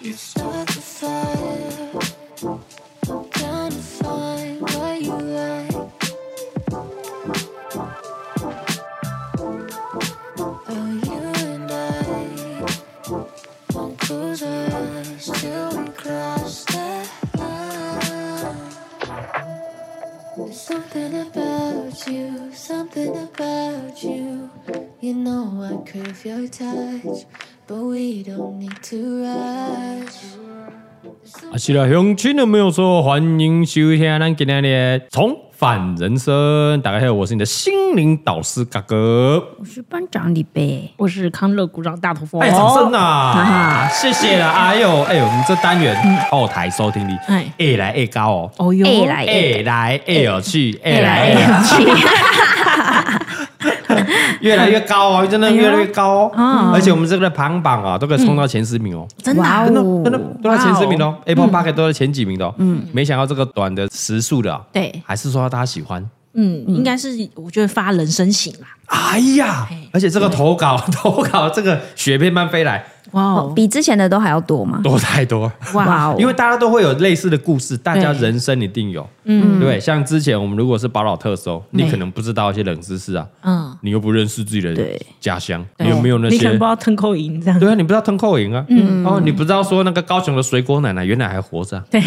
You start the fire. I'm trying to find what you like. Oh, you and I won't close our eyes till we cross that line. There's something about you, something about you. You know I crave your touch, but we don't need to rush. 啊，是啦，乡亲的没有说，欢迎收听咱今天的《重返人生》。大家好，我是你的心灵导师嘎哥。我是班长李 贝，我是康乐鼓掌大头佛。哎，掌声呐、啊谢谢啦！哎呦，哎呦，我们这单元后台收听率，哎哎来哎高哦，哦哟，哎来哎来哎有去，哎哎来来哎有哎去，越来越高哦，真的越来越高哦！而且我们这个排行榜啊，都可以冲到前十名哦。真的啊哇真的哦真的都在前十名的哦，Apple Park 都在前几名的哦。嗯，没想到这个短的时速的啊，对还是受到大家喜欢。嗯，应该是我觉得发人深省啦。哎呀嘿，而且这个投稿投稿这个雪片般飞来，哇哦，比之前的都还要多吗？多太多。哇哦，因为大家都会有类似的故事，大家对人生一定有，嗯，对不对，像之前我们如果是宝岛特搜，你可能不知道一些冷知识啊，嗯，你又不认识自己的对家乡，对你有没有那你可能些不知？道腾扣营这样。对啊，你不知道吞扣营啊，嗯，哦，你不知道说那个高雄的水果奶奶原来还活着啊， 对，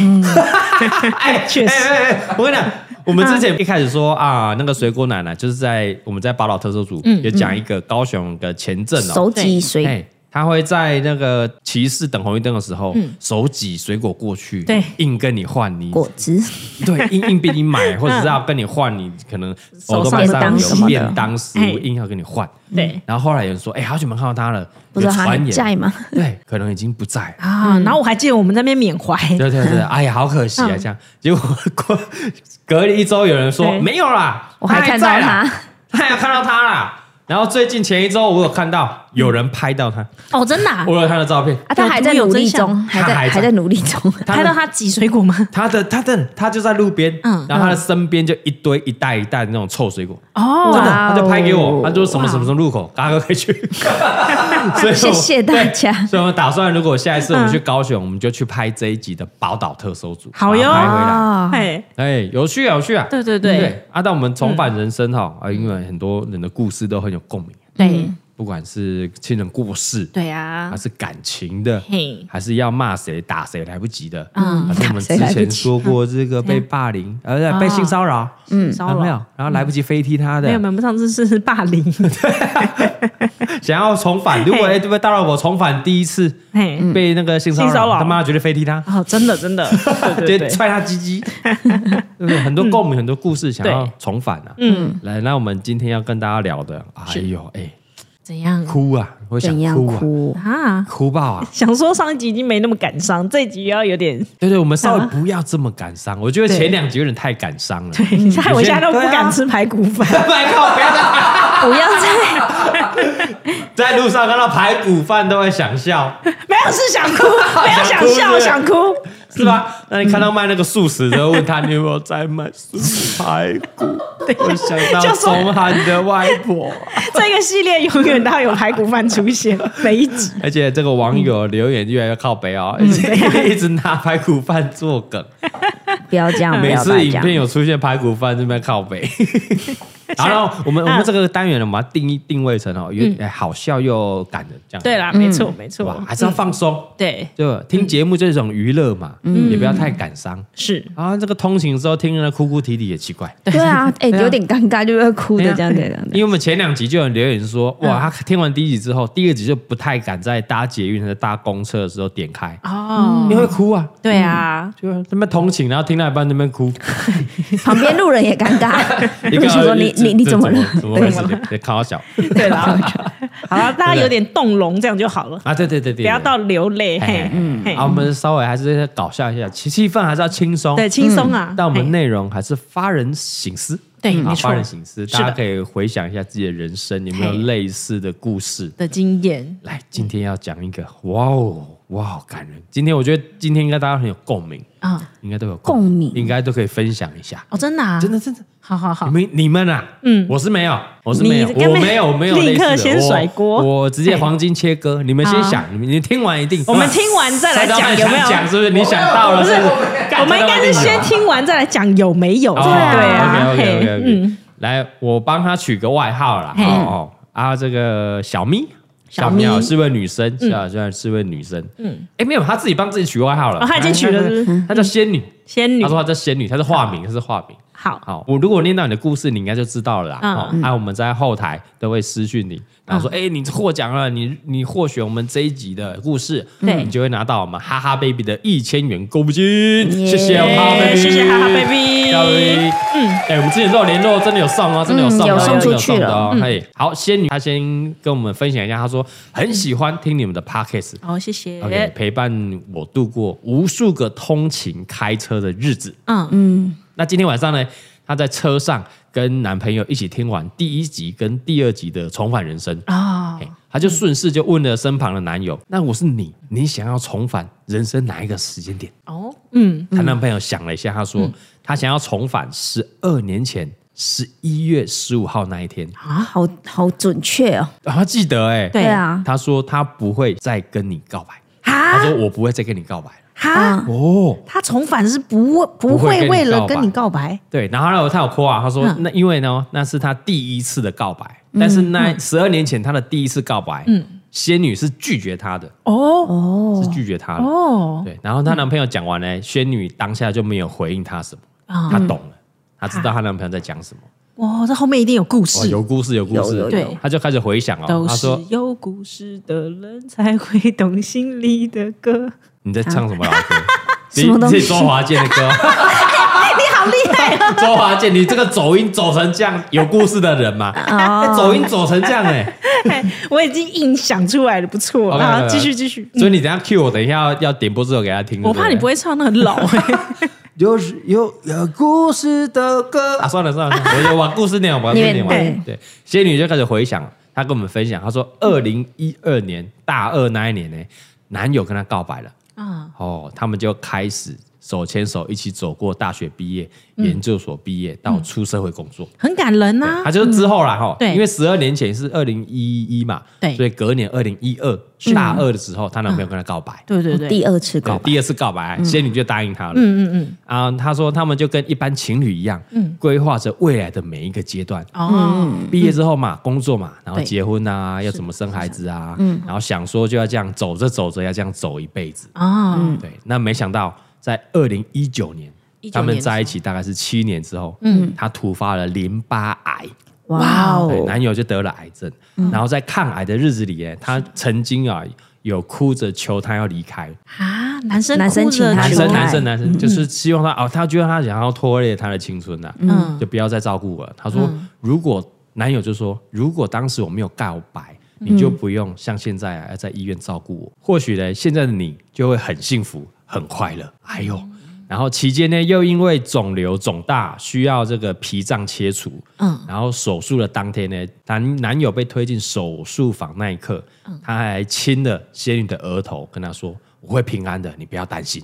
哎，确实哎哎哎，我跟你讲，我们之前一开始说啊，那个水果奶奶就是在我们在宝岛特搜组也讲一个高雄的前镇哦，手挤水哎，他会在那个骑士等红绿灯的时候，嗯手挤水果过去，对硬跟你换你果汁，对，硬硬逼你 买，或者是要跟你换，你可能手都上班嗯便当什有么的便当食哎物，硬要跟你换。对然后后来有人说，哎，好久没看到他了，不知有道他传还在言，吗？哎对，可能已经 不在了。啊，然后我还记得我们在那边缅怀，对对对，哎呀，好可惜嗯啊！这样，结果过隔了一周，有人说对没有啦，我还他还看到在啊啦他，他有看到他啦。然后最近前一周，我有看到有人拍到他，哦，真的啊我有他的照片，啊，他还在有努真力相中，还他还在在还在努力 中。他拍的到他挤水果吗？他的他的他就在路边，嗯然后他的身边就一堆一袋一袋那种臭水果，哦，真的，哇他哦就拍给我，他就说什么什么什么路口，大家都可以 去。所以我谢谢大家对所以我们打算，如果下一次我们去高雄，我们就去拍这一集的宝岛特搜组，好哟把它拍回来。哦，哎，哎，有趣啊，有趣啊！对对嗯对啊！但我们重返人生哈啊，因为很多人的故事都很有共鸣，嗯对不管是亲人过世，对啊还，是感情的，嘿，还是要骂谁打谁来不及的。嗯反正我们之打谁来前不及说过这个被霸凌，呃，啊被性骚扰，嗯，有没有？然后来不及飞踢他的没，有，没有，我们上次是霸凌，想要重返。如果嘿哎，对不对？大老婆重返第一次 嘿，被那个性骚性骚扰，扰他妈绝对飞踢他，哦，真的真 的，对直对接对，踹他鸡 鸡，对不对？很多共鸣，很多故事想要重返啊。嗯，来，那我们今天要跟大家聊的，哎呦，哎，怎样哭啊，我想怎样哭啊，哭？啊？哭爆 啊！想说上一集已经没那么感伤，这一集要有点，对对，我们稍微不要这么感伤，我觉得嗯对前两集有点太感伤 了。 你看我现在都不对啊啊敢吃排骨饭。拜托，不要这样不要再 在路上看到排骨饭都会想笑，没有是想哭，没有想笑，想想哭。是嗯吧？那你看到卖那个素食的，问他你有没有在卖素食排骨？我想到就说钟汉的外婆， 这个系列永远都要有排骨饭出现，每一集。而且这个网友留言越来越靠北嗯哦，而且 一直拿排骨饭做梗，不要这样，不哎每嗯要次再影这片样。有出现排骨饭这边靠 北。好然后我们我们这个单元呢，我们要定义定位成哦，有嗯哎好笑又感人这样。对啦，没错，没错哇，，还是要放松，嗯对，就听节目这种娱乐嘛，也不要太感伤。是然后这个通勤之后听人家哭哭啼啼也奇怪，对啊，哎，对啊有点尴尬，就要哭的对啊这样这样因为我们前两集就有人留言说，哇，嗯他听完第一集之后，第二集就不太敢在搭捷运和搭公车的时候点开，哦你，会哭啊，对啊，就那边通勤，然后听到一半那边 哭，旁边路人也尴 尬， 路人想说你这你你这怎么了？怎么回事 对，？对，看好小对啦，好了，大家有点动容，这样就好了，啊，对对对对，不要到流泪，嘿，嗯，嘿啊，我们稍微还是搞笑一下，气气氛还是要轻松，对，轻松啊，但我们嘿内容还是发人省思。对啊没错发人省思，是的大家可以回想一下自己的人生，有没有嘿类似的故事？的经验，来，今天要讲一个，哇哦，哇哦，感人！今天我觉得今天应该大家很有共鸣，啊，应该都有鸣共鸣应该都可以分享一下。哦，真的啊，真的，真的，好好好你，们你们啊，嗯我是没有，我是没有，你根我本没有，我没有类似的，立刻先甩锅我我直接黄金切割。你们先好想，你们你听完一定，我们听完再来猜到讲你有想没有？讲是不是你想到了？不是是干我们应该是先。听完再来讲有没有，猜到对了啊啊，哦，OK，OK，OK，OK，嘿嗯，来，我帮他取个外号啦。哦嘿哦，啊，这个小咪。小咪咪哦是位女生，是啊，虽然是位女生，嗯，哎，没有，她自己帮自己取外号了哦，她已经取了是不是她叫仙女，仙女她，说她叫仙女，她是化名，她是化名，好，好，我如果念到你的故事，你应该就知道了啦。嗯哦，哎、我们在后台都会私讯你，然后说：“哎、你获奖了，你你获选我们这一集的故事，对你就会拿到我们哈哈 baby 的一千元购物金。”耶谢谢哈哈 baby，谢谢哈哈 baby 哈哈 baby 嗯，哎、我们之前都有联络，真的有送哦，真的有送、哦，嗯有送真的出去的嗯哦。嘿、好，仙女她先跟我们分享一下，她说很喜欢听你们的 podcast。好，谢谢， OK，陪伴我度过无数个通勤开车的日子。嗯嗯，那今天晚上呢，她在车上跟男朋友一起听完第一集跟第二集的《重返人生》哦嗯嘿，她就顺势就问了身旁的男友：“那我是你，你想要重返人生哪一个时间点哦，嗯，？”她男朋友想了一下，他说：“他想要重返十二年前十一月十五号那一天。啊好好准确哦。啊”他记得哎、欸，哦对对啊，他说他不会再跟你告白，他哈说我不会再跟你告白了。嗯哈，哦，他重返是不不会为了跟你告白，对，然后呢，他有夸啊，他说、嗯那因为呢，那是他第一次的告白，但是那十二年前他的第一次告白，嗯，仙女是拒绝他的，哦是拒绝他的。哦对，然后她男朋友讲完呢，仙女当下就没有回应他什么，她啊，懂了，她知道她男朋友在讲什么。哇，这后面一定有故哦，事有。故事，有故有有事。有对她就开始回想哦都，她是说有故事的人才会懂心里的歌。你在唱什么老歌？你什么东西你是周华健的歌， 你好厉害哦！周华健，你这个走音走成这样，有故事的人嘛？哎走音走成这样哎，嘿我已经硬想出来了，不错。 OK，OK，OK 好，继续继续。所以你等一下 cue 我，等一下要要点播这首给他听。我怕你不会。会唱的很 老哎。有时有有故事的歌啊，算了算了，算了我就把故事念完，把故事念你完。对，仙女就开始回想，她跟我们分享，她说二零一二年大二那一年呢，男友跟她告白了，啊，哦，他们就开始手牵手一起走过大学毕业、研究所毕业到出社会工作。很感人啊呐他。就是之后啦，哈、对因为十二年前是二零一一嘛，对嗯所以隔年二零一二大二的时候，她男朋友跟她告白，对对对，第二次对告白，第二次告白，仙女就答应他了。嗯嗯嗯。啊，他说他们就跟一般情侣一样，规划着未来的每一个阶段。哦，嗯毕业之后嘛，工作嘛，然后对结婚啊，要怎么生孩子啊，然后想说就要这样走着走着要这样走一辈嗯子。啊，对，那没想到在二零一九年， 19他们嗯年在一起大概是七年之后，嗯，她突发了淋巴癌。哇对，哦！男友就得了癌症，然后在抗癌的日子里，哎，她曾经啊有哭着求他要离开，啊，男生男生哭着请他男去生求男爱生男生就是希望他哦，他觉得他想要拖累他的青春呐、嗯就不要再照顾我了。他说，如果男友就说，如果当时我没有告白，你就不用像现在啊要在医院照顾我，或许呢，现在的你就会很幸福很快乐。哎呦！然后期间呢，又因为肿瘤肿大，需要这个脾脏切除。嗯，然后手术的当天呢，男男友被推进手术房那一刻，他还亲了仙女的额头，跟她说：“我会平安的，你不要担心。”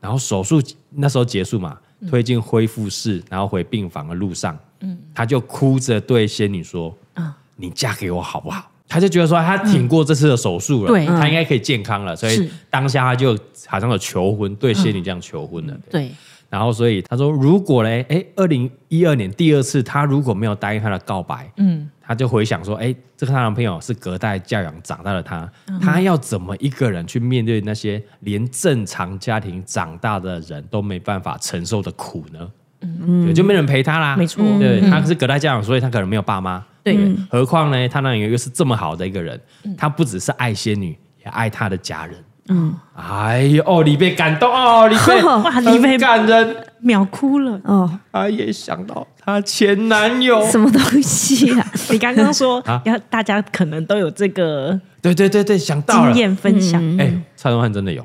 然后手术那时候结束嘛，嗯推进恢复室，然后回病房的路上，嗯，他就哭着对仙女说：“嗯你嫁给我好不好？”他就觉得说他挺过这次的手术了，嗯对他应该可以健康了，所以是嗯当下他就好像有求婚，对仙女这样求婚了。对，然后所以他说，如果嘞，哎，二零一二年第二次他如果没有答应他的告白，嗯，他就回想说，哎，这个她男朋友是隔代教养长大的他，他要怎么一个人去面对那些连正常家庭长大的人都没办法承受的苦呢？嗯，对，就没人陪他啦，没错对，他是隔代教养，所以他可能没有爸妈。对嗯不何况呢，他男友又是这么好的一个人，嗯他不只是爱仙女，也爱他的家人。嗯，哎呦，哦，你被感动哦，你被 哇你被很感人，秒哭了。哦，她也想到她前男友。什么东西啊？ 你刚刚说啊要大家可能都有这个对对对对，想到了经。验嗯分享，哎，蔡宗翰真的有。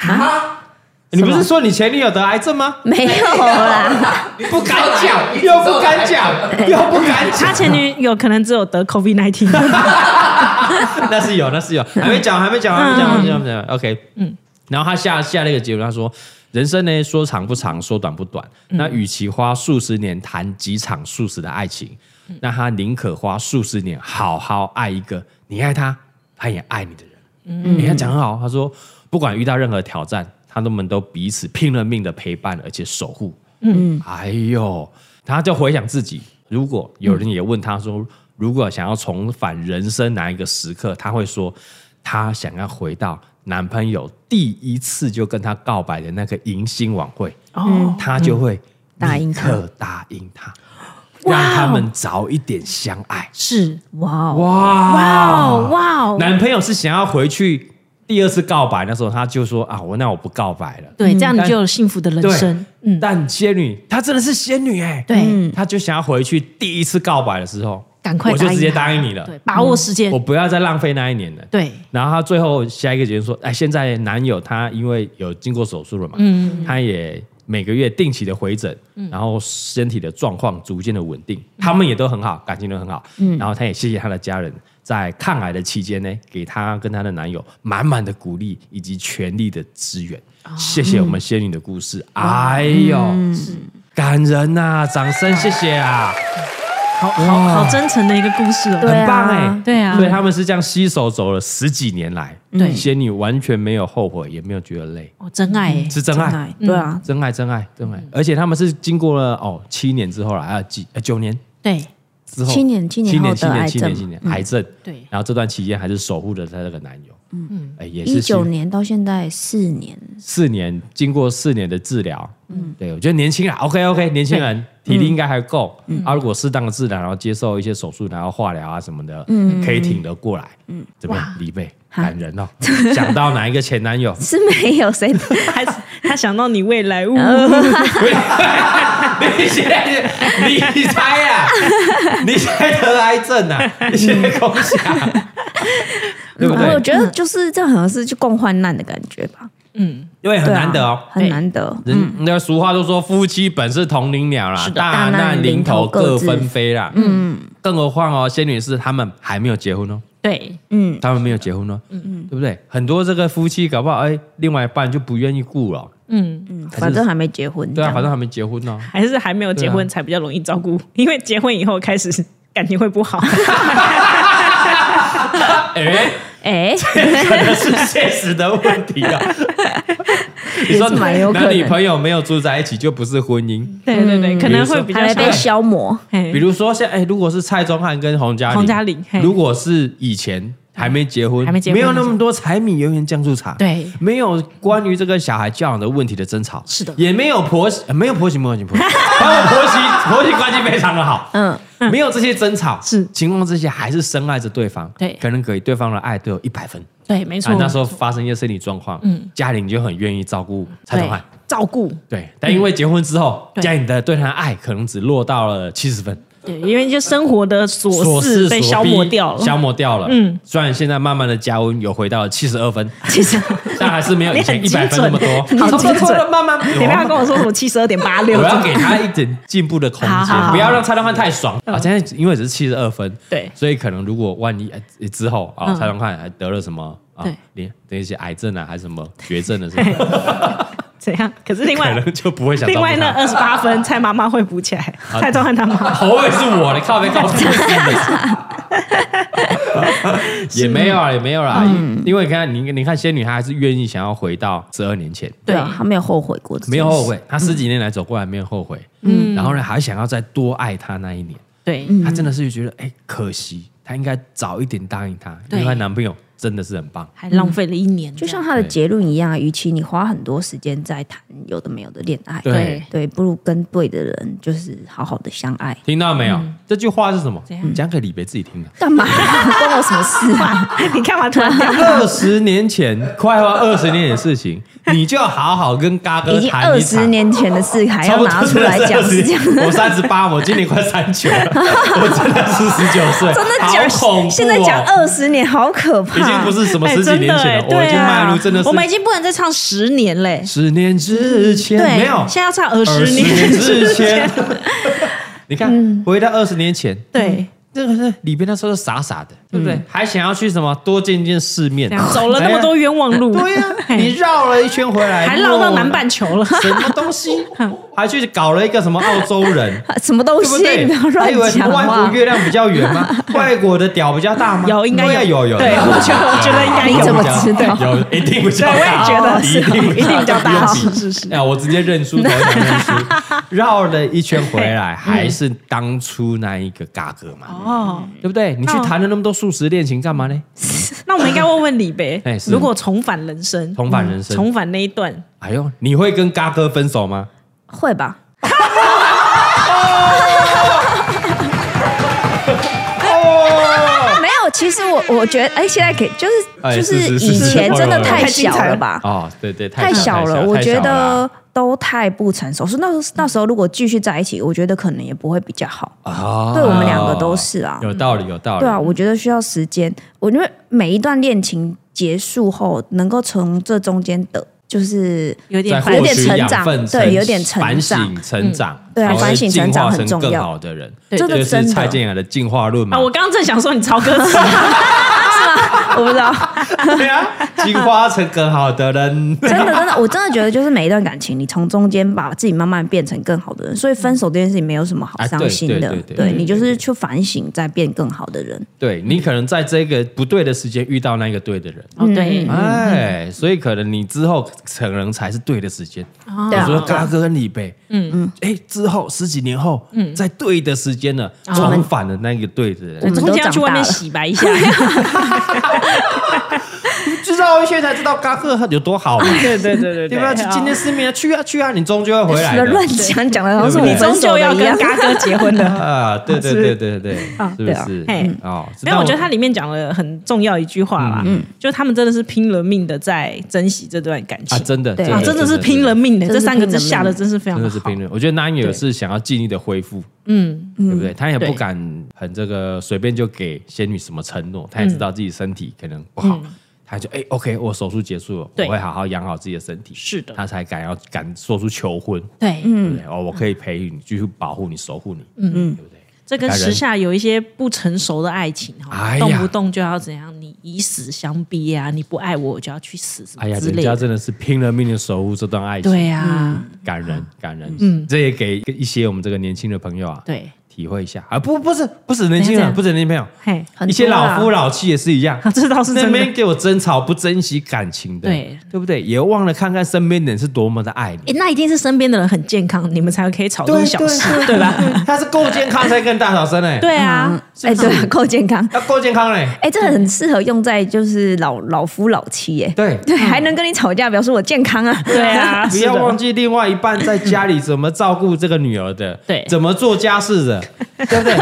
啊，你不是说你前女友得癌症吗？ 没有啦，你不敢讲，又不敢讲，又不敢他讲。前女友可能只有得 COVID nineteen， 那是有，那是有，还没讲，还没讲，还没讲，还没讲还没讲。OK，嗯。然后他下下那个结论，他说人生呢，说长不长，说短不短。那与其花数十年谈几场数十的爱情，那他宁可花数十年好好爱一个你爱他，他也爱你的人。嗯，他讲得很好，他说不管遇到任何挑战，他们都彼此拼了命的陪伴，而且守护。嗯，哎呦，他就回想自己，如果有人也问他说，如果想要重返人生哪一个时刻，他会说他想要回到男朋友第一次就跟他告白的那个迎新晚会，哦，他就会答应他立刻答应他，让他们早一点相爱。是哇哦哇哇哦哇哦，男朋友是想要回去第二次告白，那时候他就说啊，我那我不告白了。对，这样你就有幸福的人生。嗯对，但仙女她真的是仙女哎、对嗯她就想要回去第一次告白的时候，赶快我就答应直接她答应你了，对，把握时间我。不要再浪费那一年了。对，然后她最后下一个决定说，哎，现在男友他因为有经过手术了嘛，嗯，他也每个月定期的回诊，然后身体的状况逐渐的稳定，他们也都很好，感情都很好，嗯，然后她也谢谢她的家人。在抗癌的期间呢，给她跟她的男友满满的鼓励以及全力的支援。谢谢我们仙女的故事，哎呦，感人呐、掌声谢谢啊！好好好真诚的一个故事哦。对啊很棒哎、对啊所以他们是这样携手走了十几年来，对仙女完全没有后悔，也没有觉得累，哦，真爱耶嗯是真爱，对啊，真爱，真爱，真爱。而且他们是经过了哦七年之后了，还有几呃九年对之后，七年七年七年，后七得年，癌七症年，七年，癌症。对然后这段期间还是守护着她这个男友，嗯嗯，哎，也一是九年到现在四年，四年，经过四年的治疗，嗯，对我觉得年轻人 OK OK，年轻嗯人体力应该还够，啊，如果适当的治疗，然后接受一些手术，然后化疗啊什么的，嗯，可以挺得过来，嗯，怎么样，李贝感人 哦，想到哪一个前男友，是没有 谁 还是他想到你未来，呜，你现在你猜 啊，你现在得癌症啊，你现在空 想，啊对不嗯我对？觉得就是这好像是就共患难的感觉吧，嗯，因为很对啊难得哦。很难得。人那个俗话都说夫妻本是同林鸟啦嗯是，的大大难难临临头头各各自纷飞啦。嗯，更何况哦，仙女是他们还没有结婚哦，对，嗯，他们没有结婚哦，嗯嗯，对不对？很多这个夫妻搞不好，哎，另外一半就不愿意顾了，嗯，还是反正还没结婚，对啊，这样反正还没结婚 呢。还是还没有结对啊婚才比较容易照顾，因为结婚以后开始感情会不 好。哎， 哎，可能是现实的问题啊。你说 也是蛮有可能男女朋友没有住在一起，就不是婚姻。对对嗯对，可能会比较还没被想消 磨，嘿比如说像哎，如果是蔡宗翰跟洪嘉玲，洪嘉玲嘿如果是以前还没结婚，还没结婚有那么多柴米油盐酱醋茶，对没有关于这个小孩教养的问题的争吵，是的也没有婆媳，呃没有婆媳，没有婆媳， 他们婆媳婆媳关系非常的 好，嗯，没有这些争吵，是情况之下还是深爱着对方，对可能给对方的爱都有一百分。对，没啊错，，那时候发生一些身体状况，嗯，嘉玲就很愿意照顾蔡宗对翰，照顾，对，但因为结婚之后，对嘉玲的对他的爱可能只落到了七十分。对，因为就生活的琐琐事事被所消逼磨掉了，消磨掉了。嗯嗯，虽然现在慢慢的加温，有回到了七十二 分，其实但还是没有以前你一百很精分那准么多。 你很精准慢慢，哦你不要跟我说什么七十二点八六我，要给他一点进步的空好好嗯间，好不要让蔡东汉太爽啊！现在因为只是七十二分，对所以可能如果万一呃之后啊，嗯蔡东汉还得了什么啊对，连那些癌症啊，还是什么绝症 的时候，怎样？可是另 可外能就不会想另照顾外那他。二十八分，蔡妈妈会补起来，蔡宗翰 他妈。头尾是我的，靠背搞什么事也没有啊，也没有啦，因为你看，你你看仙女，她还是愿意想要回到十二年前，对啊，他没有后悔过，没有后，悔，她十几年来走过来没有后悔，嗯，然后呢，还想要再多爱他那一年，对，她真的是觉得，哎，可惜，她应该早一点答应他，因对为她男朋友真的是很棒，还浪费了一年这就样，像他的结论一样，啊与其你花很多时间在谈有的没有的恋爱，对对，不如跟对的人就是好好的相爱。听到没有？这句话是什么怎样？讲给李白自己听的。啊干嘛？ 关我什么事啊？ 你干嘛突然 讲？二十年前，快要二十年的事情，你就好好跟嘎哥已经谈二呃一谈十。年前的事哎还差要不多拿出来讲，是 这样。真的是20我三十八，我今年快三九 了，我真的是十九岁，真的好讲，恐怖、哦！现在讲二十年，好可怕。已经不是什么哎十几真年的前哎了，我已对经啊迈入真的是我们已经不能再唱十年嘞，十年之前对，没有现在要唱二二十十 年嗯年之前。你看，回到二十年前， 对，这个是里边那时候是傻傻的，对不对？还想要去什么多见见世面哎这，样嗯啊走了那么多冤枉路，啊对 呀、你啊绕了一圈回来，还绕到南半球嗯了。 哇，什么东西？还去搞了一个什么澳洲人，啊什么东对不西？你不要对？还以为乱什么讲外话国。月亮比较圆 吗？外国的屌比较大吗？有应该对啊有有对，我觉得我觉得应该你有。怎么知 道有一定不对，像我也觉得是，一定比较大，是哎是是，呀，我直接认输，投降认输，绕了一圈回来，还是当初那一个嘎哥嘛，哦，嗯对不对？你去谈了那么多素食恋情干嘛呢？那我们应该问问李白哎，是如果重返人生，重返人生重返那一段，哎呦，你会跟嘎哥分手吗？会吧？ 没有，其实我我觉得，哎，现在可以，就是哦哎就是是是是哎以前真的是是太太精小彩了了吧？哦，对对，太太小了，我太小觉啦得都太不成熟。是那那时候如果继续在一起，我觉得可能也不会比较好。啊对我们两个都是啊有道理，有道理。对啊，我觉得需要时间。我觉得每一段恋情结束后，能够从这中间的，就是有在点获有点取成养长分对成有点成反长省、成长，对啊才会反省进成长化很成重更要好的人，这个这就是真的蔡健雅的进化论嘛啊！。我刚刚正想说你超歌词， 我不知道，对啊， 进化成更好的人。真的真的，我真的觉得就是每一段感情，你从中间把自己慢慢变成更好的人，所以分手这件事情没有什么好啊伤对心对的对。对对对对你就是对去反省，再变更好的人。 对你可能在这个不对的时间遇到那个对的人， 哦对，嗯哎，所以可能你之后可能才是对的时间。哦比对如啊说嘎哥跟李贝，嗯嗯，哎，之后十几年后，嗯在对的时间呢，啊重返了那个对的人，我们都中间要去长大外面了洗白一 下，知道一些才知道嘎哥有多 好嘛。对对对 对对不对？去见见世面，去啊去啊，你终究会回来的。乱讲讲的，好像是对我对你对分终手究的要一样跟。嘎哥结婚 的。啊，对对对对对，是不对啊是嘿？哦，没有，我觉得它里面讲了嗯很重要一句话啦，就他们真的是拼了命的在珍惜这段感情啊，真的，对啊，真的是拼啊了，命的，真的这是三个拼字了下的真是非常真的的好是拼了。我觉得南野也是想要尽力的恢复，嗯，对不对？他也对不敢很这个随便就给仙女什么承诺，他也知道自己身体可能不好。他就哎、o k 我手术结束了，我嗯对会好好养好自己的身体。是的嗯他才敢要敢说出求婚，对，对不对？哦，我可以陪你，嗯继续保护你，守护你，嗯嗯，对不对？这跟时下有一些不成熟的爱情哈哎，呀动不动就要怎样，你以死相逼啊，你不爱我我就要去死什哎呀么，之人类家的，嗯真的是拼了命的守护这段爱情，对啊呀，感人，感人。嗯，这也给一些我们这个年轻的朋友啊，对，体会一下啊。不，不是，不是年轻人，怎样不是年轻朋友，嘿，很一些多啦老夫老妻也是一 样啊，这啊倒是那真边的，给我争吵，不珍惜感情的，对对不对？也忘了看看身边的人是多么的爱你。哎，那一定是身边的人很健康，你们才可以吵这对种小事，对吧？ 他是够健康才跟大小声哎，对嗯啊，哎，对啊，够健康。要够健康嘞，哎，这很适合用在就是老老夫老妻，哎，对。对，还能跟你吵架，表示我健康啊。对啊， 不 是要的忘记另外一半在家里怎么照顾这个女儿的，对怎么做家事 的，对不对？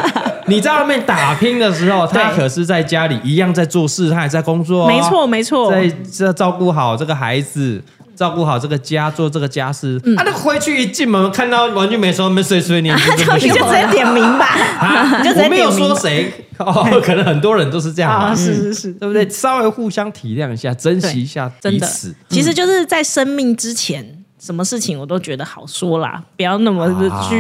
你在外面打拼的时候，他对可是在家里一样在做事，他也在工作、哦，没错没错，在这照顾好这个孩子，照顾好这个家，做这个家事。嗯啊，那回去一进门看到玩具没收，没碎碎念，这不 你行就直接点名 吧，啊你就直我接没有点名说 谁哦，可能很多人都是这样啊，嘛，是是是。对不对？稍微互相体谅一下，珍惜一下真彼的此。，嗯其实就是在生命之前，什么事情我都觉得好说啦，不要那么的啊去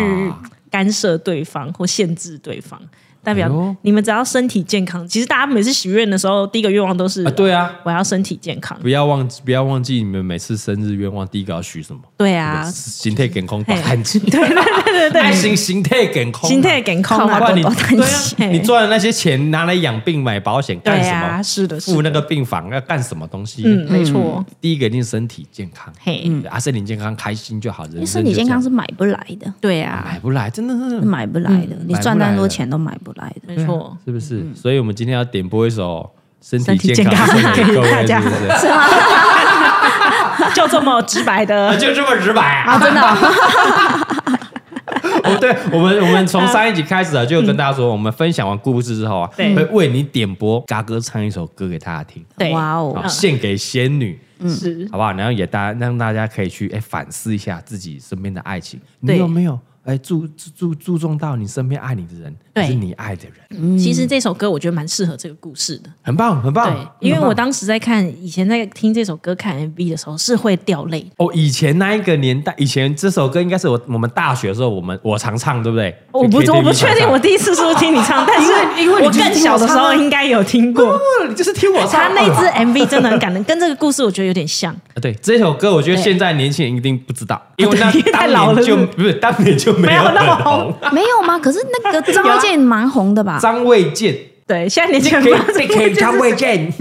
干涉对方或限制对方。代哎表呦你们只要身体健康，其实大家每次许愿的时候，第一个愿望都是啊，对啊，我要身体健康。不要忘记，不要忘记你们每次生日愿望第一个要许什么？对对不啊对，心态健康，嘿 安静，对对对对爱对，心心态健康啊，心态健康靠不啊我，然你多多担对心啊，你赚的那些钱拿来养病、买保险对干什么啊，？是的，是付的，那个病房要干什么东西？嗯，没错，第一个一定是身体健康，嘿哎嗯，啊，身体健康开心就好，因为人生身体就健这样康是买不来的，对买啊，哎不来，真的是是买不来的。你买不赚来再多的钱都买不来哎的。没错， 嗯是不是？所以我们今天要点播一首身身体健健康献给各 给大位，家是不是？就这么 直白啊，的，就这么直白啊！真的。 哦，对，我们我们嗯从上一集开始啊，就有跟大家说，我们分享完故事之后啊，对会为你点播嘎哥唱一首歌给大家听，对，哇哦好，，献给仙女。是好不好？然后也大让大家可以去哎反思一下自己身边的爱情，你对有没有哎注注注注重到你身边爱你的人，对是你爱的人，其实这首歌我觉得蛮适合这个故事的，很棒，很嗯棒。很对，因为棒我当时在看以前在听这首歌看 MV 的时候是会掉泪，哦，以前那一个年代，以前这首歌应该是我我们大学的时候，我们我常唱，对不对？我不去 KTV 我不确定常我第一次是不是听你唱，但是因为你我就是更听小我的时唱候啊应该有听 过。唱，你就是听我唱 啊。他那支 MV 真的很感人，跟这个故事我觉得有点像。 对这首歌，我觉得现在年轻人一定不知道，因为那 对因为太当老了年就是不是当年就 没没有有那么很红。没有吗？可是那个张卫健蛮红的吧？ 张卫 健，对，现在年轻人可以不知道可以张卫健，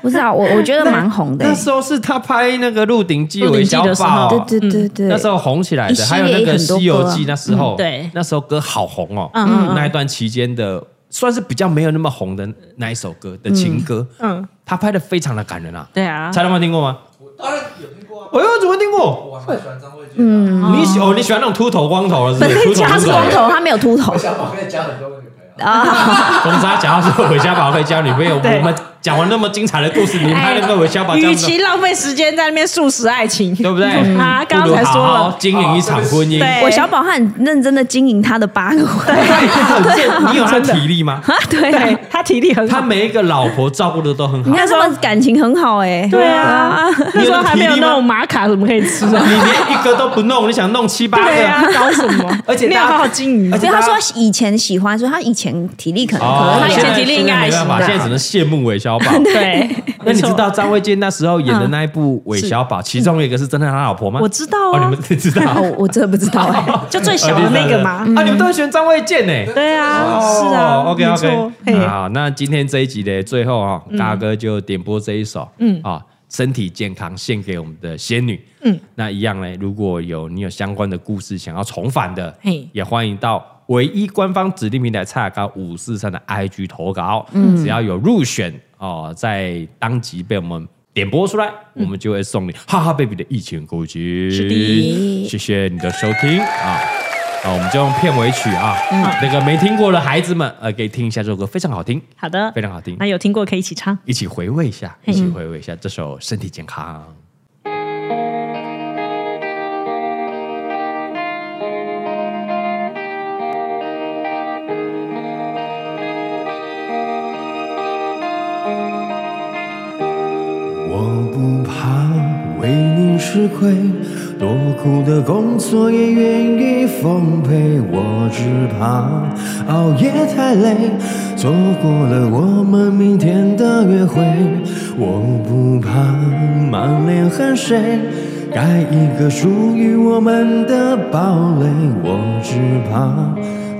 不知道，我我觉得蛮红的那欸、时候是他拍那个《鹿鼎记》鹿韦鼎记小的时候宝，嗯对对对对，那时候红起来一的，系还有列那个《很多西游歌啊记》，那时候、嗯对那时候歌好红哦。嗯嗯嗯那一段期间的，算是比较没有那么红的那一首歌的情歌，嗯，他拍的非常的感人啊。对啊，蔡老板听过吗？我当然有听过啊，哎呦，怎么会听过？我还蛮喜欢张卫健的嗯啊。你喜哦，你喜欢那种秃头光头的，是本不身是？秃头他是光头，他没有秃头啊我想我可以交很多个女朋友。 我们刚才讲到说韦小宝会交女朋友， 对哎我们讲完那么精彩的故事，你拍那个韦小宝这样与子，其浪费时间在那边素食爱情，对不对？啊，刚不刚如才说好好了，经营一场婚姻。对我小宝他很认真的经营他的八个婚， 啊对，你有他体力吗？对啊对他体力很他好，每一个老婆照顾的都很好你。看他们感情很好哎、对啊，那时候还没有你有那体力吗那种玛卡怎么可以吃你啊？连一个都不弄，你想弄七八对个？啊，搞什么？ 而且你要大家好好经营而所且以他大说家以前喜欢，所以他以前体力可能可哦能他以前现在体力应该还现在没办行法，的现在只能羡慕韦小宝。对，那你没错嗯知道张卫健那时候演的那一部《韦小宝》，其中有一个是真的他老婆吗？ 我知道哦，你啊们， 知道？哦，我真的不知道哎、就最小的那个嗯嘛啊，，你们都很喜欢张卫健呢？对啊，是啊，OK 没错 OK，嘿，哦嗯好，那今天这一集的最后啊，大哥就点播这一首，嗯啊，身体健康献给我们的仙女，嗯，那一样呢，如果有你有相关的故事想要重返的嘿，也欢迎到唯一官方指定平台蔡雅高五四三的 IG 投稿，嗯，只要有入选哦，在当集被我们。点播出来，我们就会送你哈哈 baby 的疫情古籍。是的谢谢你的收听啊。啊，我们就用片尾曲啊，那个没听过的孩子们，呃，可以听一下这首歌，非常好听，好的非，常好听那，有听过可以一起唱。一起回味一下，一起回味一下这首《身体健康》。我不怕为你吃亏，多苦的工作也愿意奉陪。我只怕熬夜太累，错过了我们明天的约会。我不怕满脸汗水，盖一个属于我们的堡垒。我只怕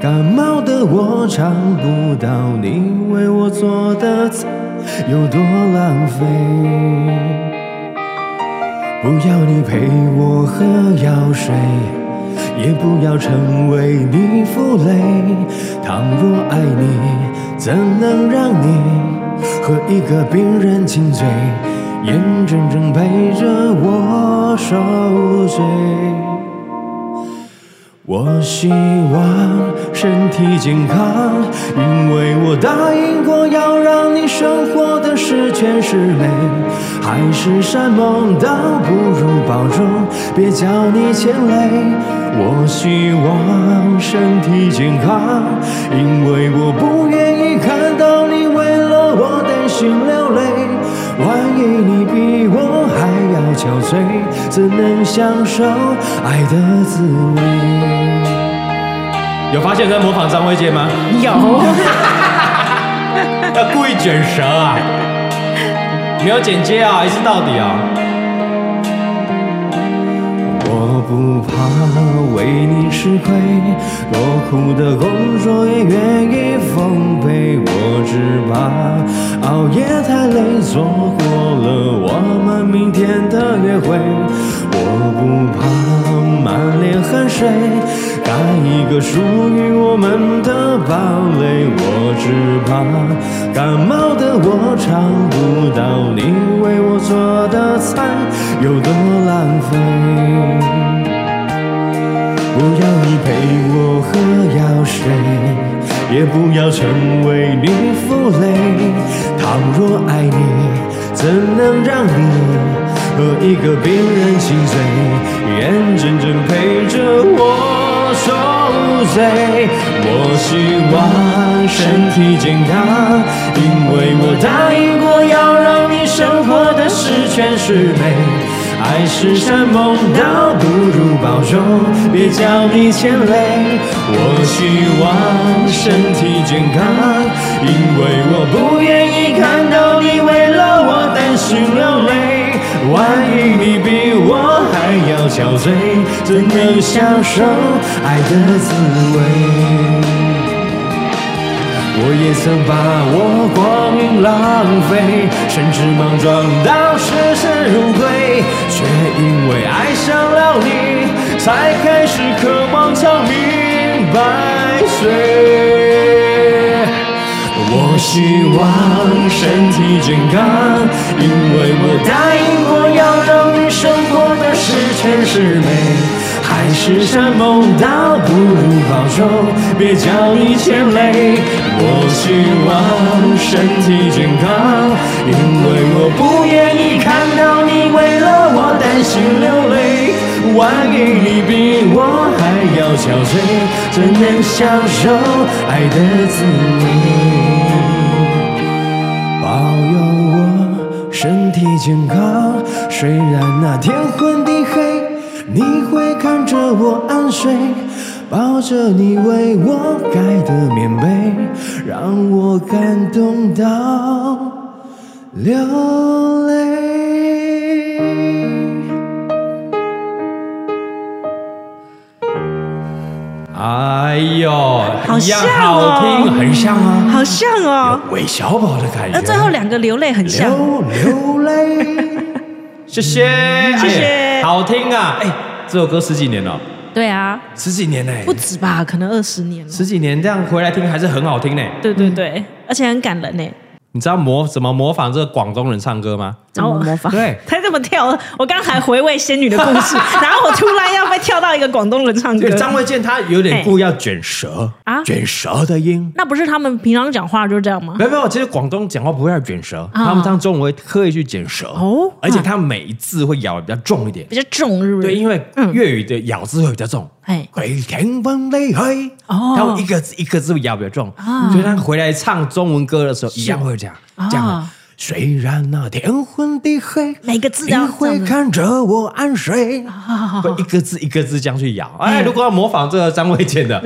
感冒的我尝不到你为我做的菜。有多浪费。不要你陪我喝药水，也不要成为你负累。倘若爱你，怎能让你和一个病人亲嘴，眼睁睁陪着我受罪？我希望身体健康，因为我答应过要让你生活的十全十美。海誓山盟倒不如保重，别叫你牵累。我希望身体健康，因为我不愿意看到你为了我担心流泪。万一你比我还要憔悴，怎能享受爱的滋味？有发现我在模仿张卫健吗？有， 要故意卷舌啊，没有剪接啊，一次到底啊。我不怕为你吃亏，多苦的工作也愿意奉陪。我只怕熬夜太累，错过了我们明天的约会。我不怕满脸汗水，盖一个属于我们的堡垒。我只怕感冒的我尝不到你为我做的菜，有多浪费。不要你陪我喝药水，也不要成为你负累。倘若爱你，怎能让你和一个病人亲嘴，眼睁睁陪着我受罪。我希望身体健康，因为我答应过要让你生活的十全十美。爱是扇梦到不如保重，别叫你牵累。我希望身体健康，因为我不愿意看到你为了我担心流泪。万一你比我还要憔悴，怎能享受爱的滋味？我也曾把我光阴浪费，甚至莽撞到视死如归，却因为爱上了你，才开始渴望长命百岁。我希望身体健康，因为我答应过要让你生活的十全十美。海誓山盟倒不如保重，别叫你牵累。我希望身体健康，因为我不愿意看到你为了我担心流泪。万一你比我还要憔悴，怎能享受爱的滋味？保佑我身体健康。虽然那天昏地黑，你会看着我安睡，抱着你为我盖的棉被，让我感动到流泪。哎呦，好像哦好听，很像啊，好像哦。韦小宝的感哎觉。 那最后两个流泪很像，流流泪。谢谢，谢谢哎好听啊！哎，这首歌十几年了，对啊，十几年呢，不止吧，可能二十年了。嗯十几年这样回来听还是很好听呢。对对对，而且很感人欸呢。你知道模怎么模仿这个广东人唱歌吗？怎么模仿？对，他这么跳，我刚才回味仙女的故 事，然后我突然要被跳到一个广东人唱歌对，。张卫健他有点故意要卷舌啊卷舌的音。那不是他们平常讲话就这样吗？没有没有，其实广东讲话不会要卷舌，他们唱中文会刻意去卷舌啊哦而且他们每一字会咬得比较重一点。比较重，是不是？对，因为嗯粤语的咬字会比较重，哎鬼天崩地黑，哦它会一个字一个字咬比较重，啊所以他回来唱中文歌的时候一样会这样，这样啊。虽然那天昏地黑，每个字都你要这会样子啊看着我安睡，会一个字一个字这样去咬。哎，如果要模仿这个张卫健的，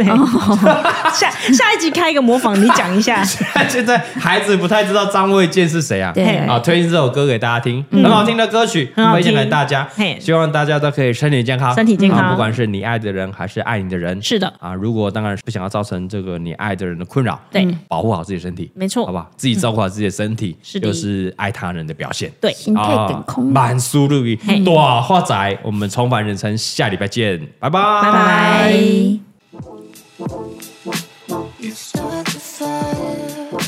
下下一集开一个模仿，你 讲一下。现在孩子不太知道张卫健是谁啊？对啊，推荐这首歌给大家听，很好听的歌曲，嗯很好推听荐给大家嘿，希望大家都可以身体健康，身体健康啊不管是你爱的人还是爱你的人，是的啊，如果当然不想要造成这个你爱的人的困扰，对嗯，保护好自己的身体，没错嗯好不好？自己照顾好自己的身体，是的就是爱他人的表现，对心态啊梗空。满书如意，大花仔，我们重返人生，下礼拜见，拜拜，拜拜拜。 You start the fire.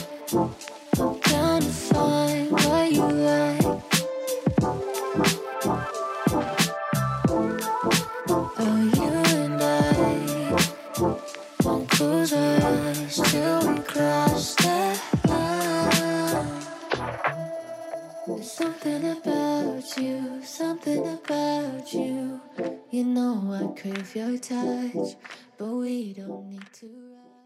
I'm trying to find what you like. Oh, you and I, one cruiser, still we cross that line. There's something about you, something about you. You know I crave your touch, but we don't need to rush.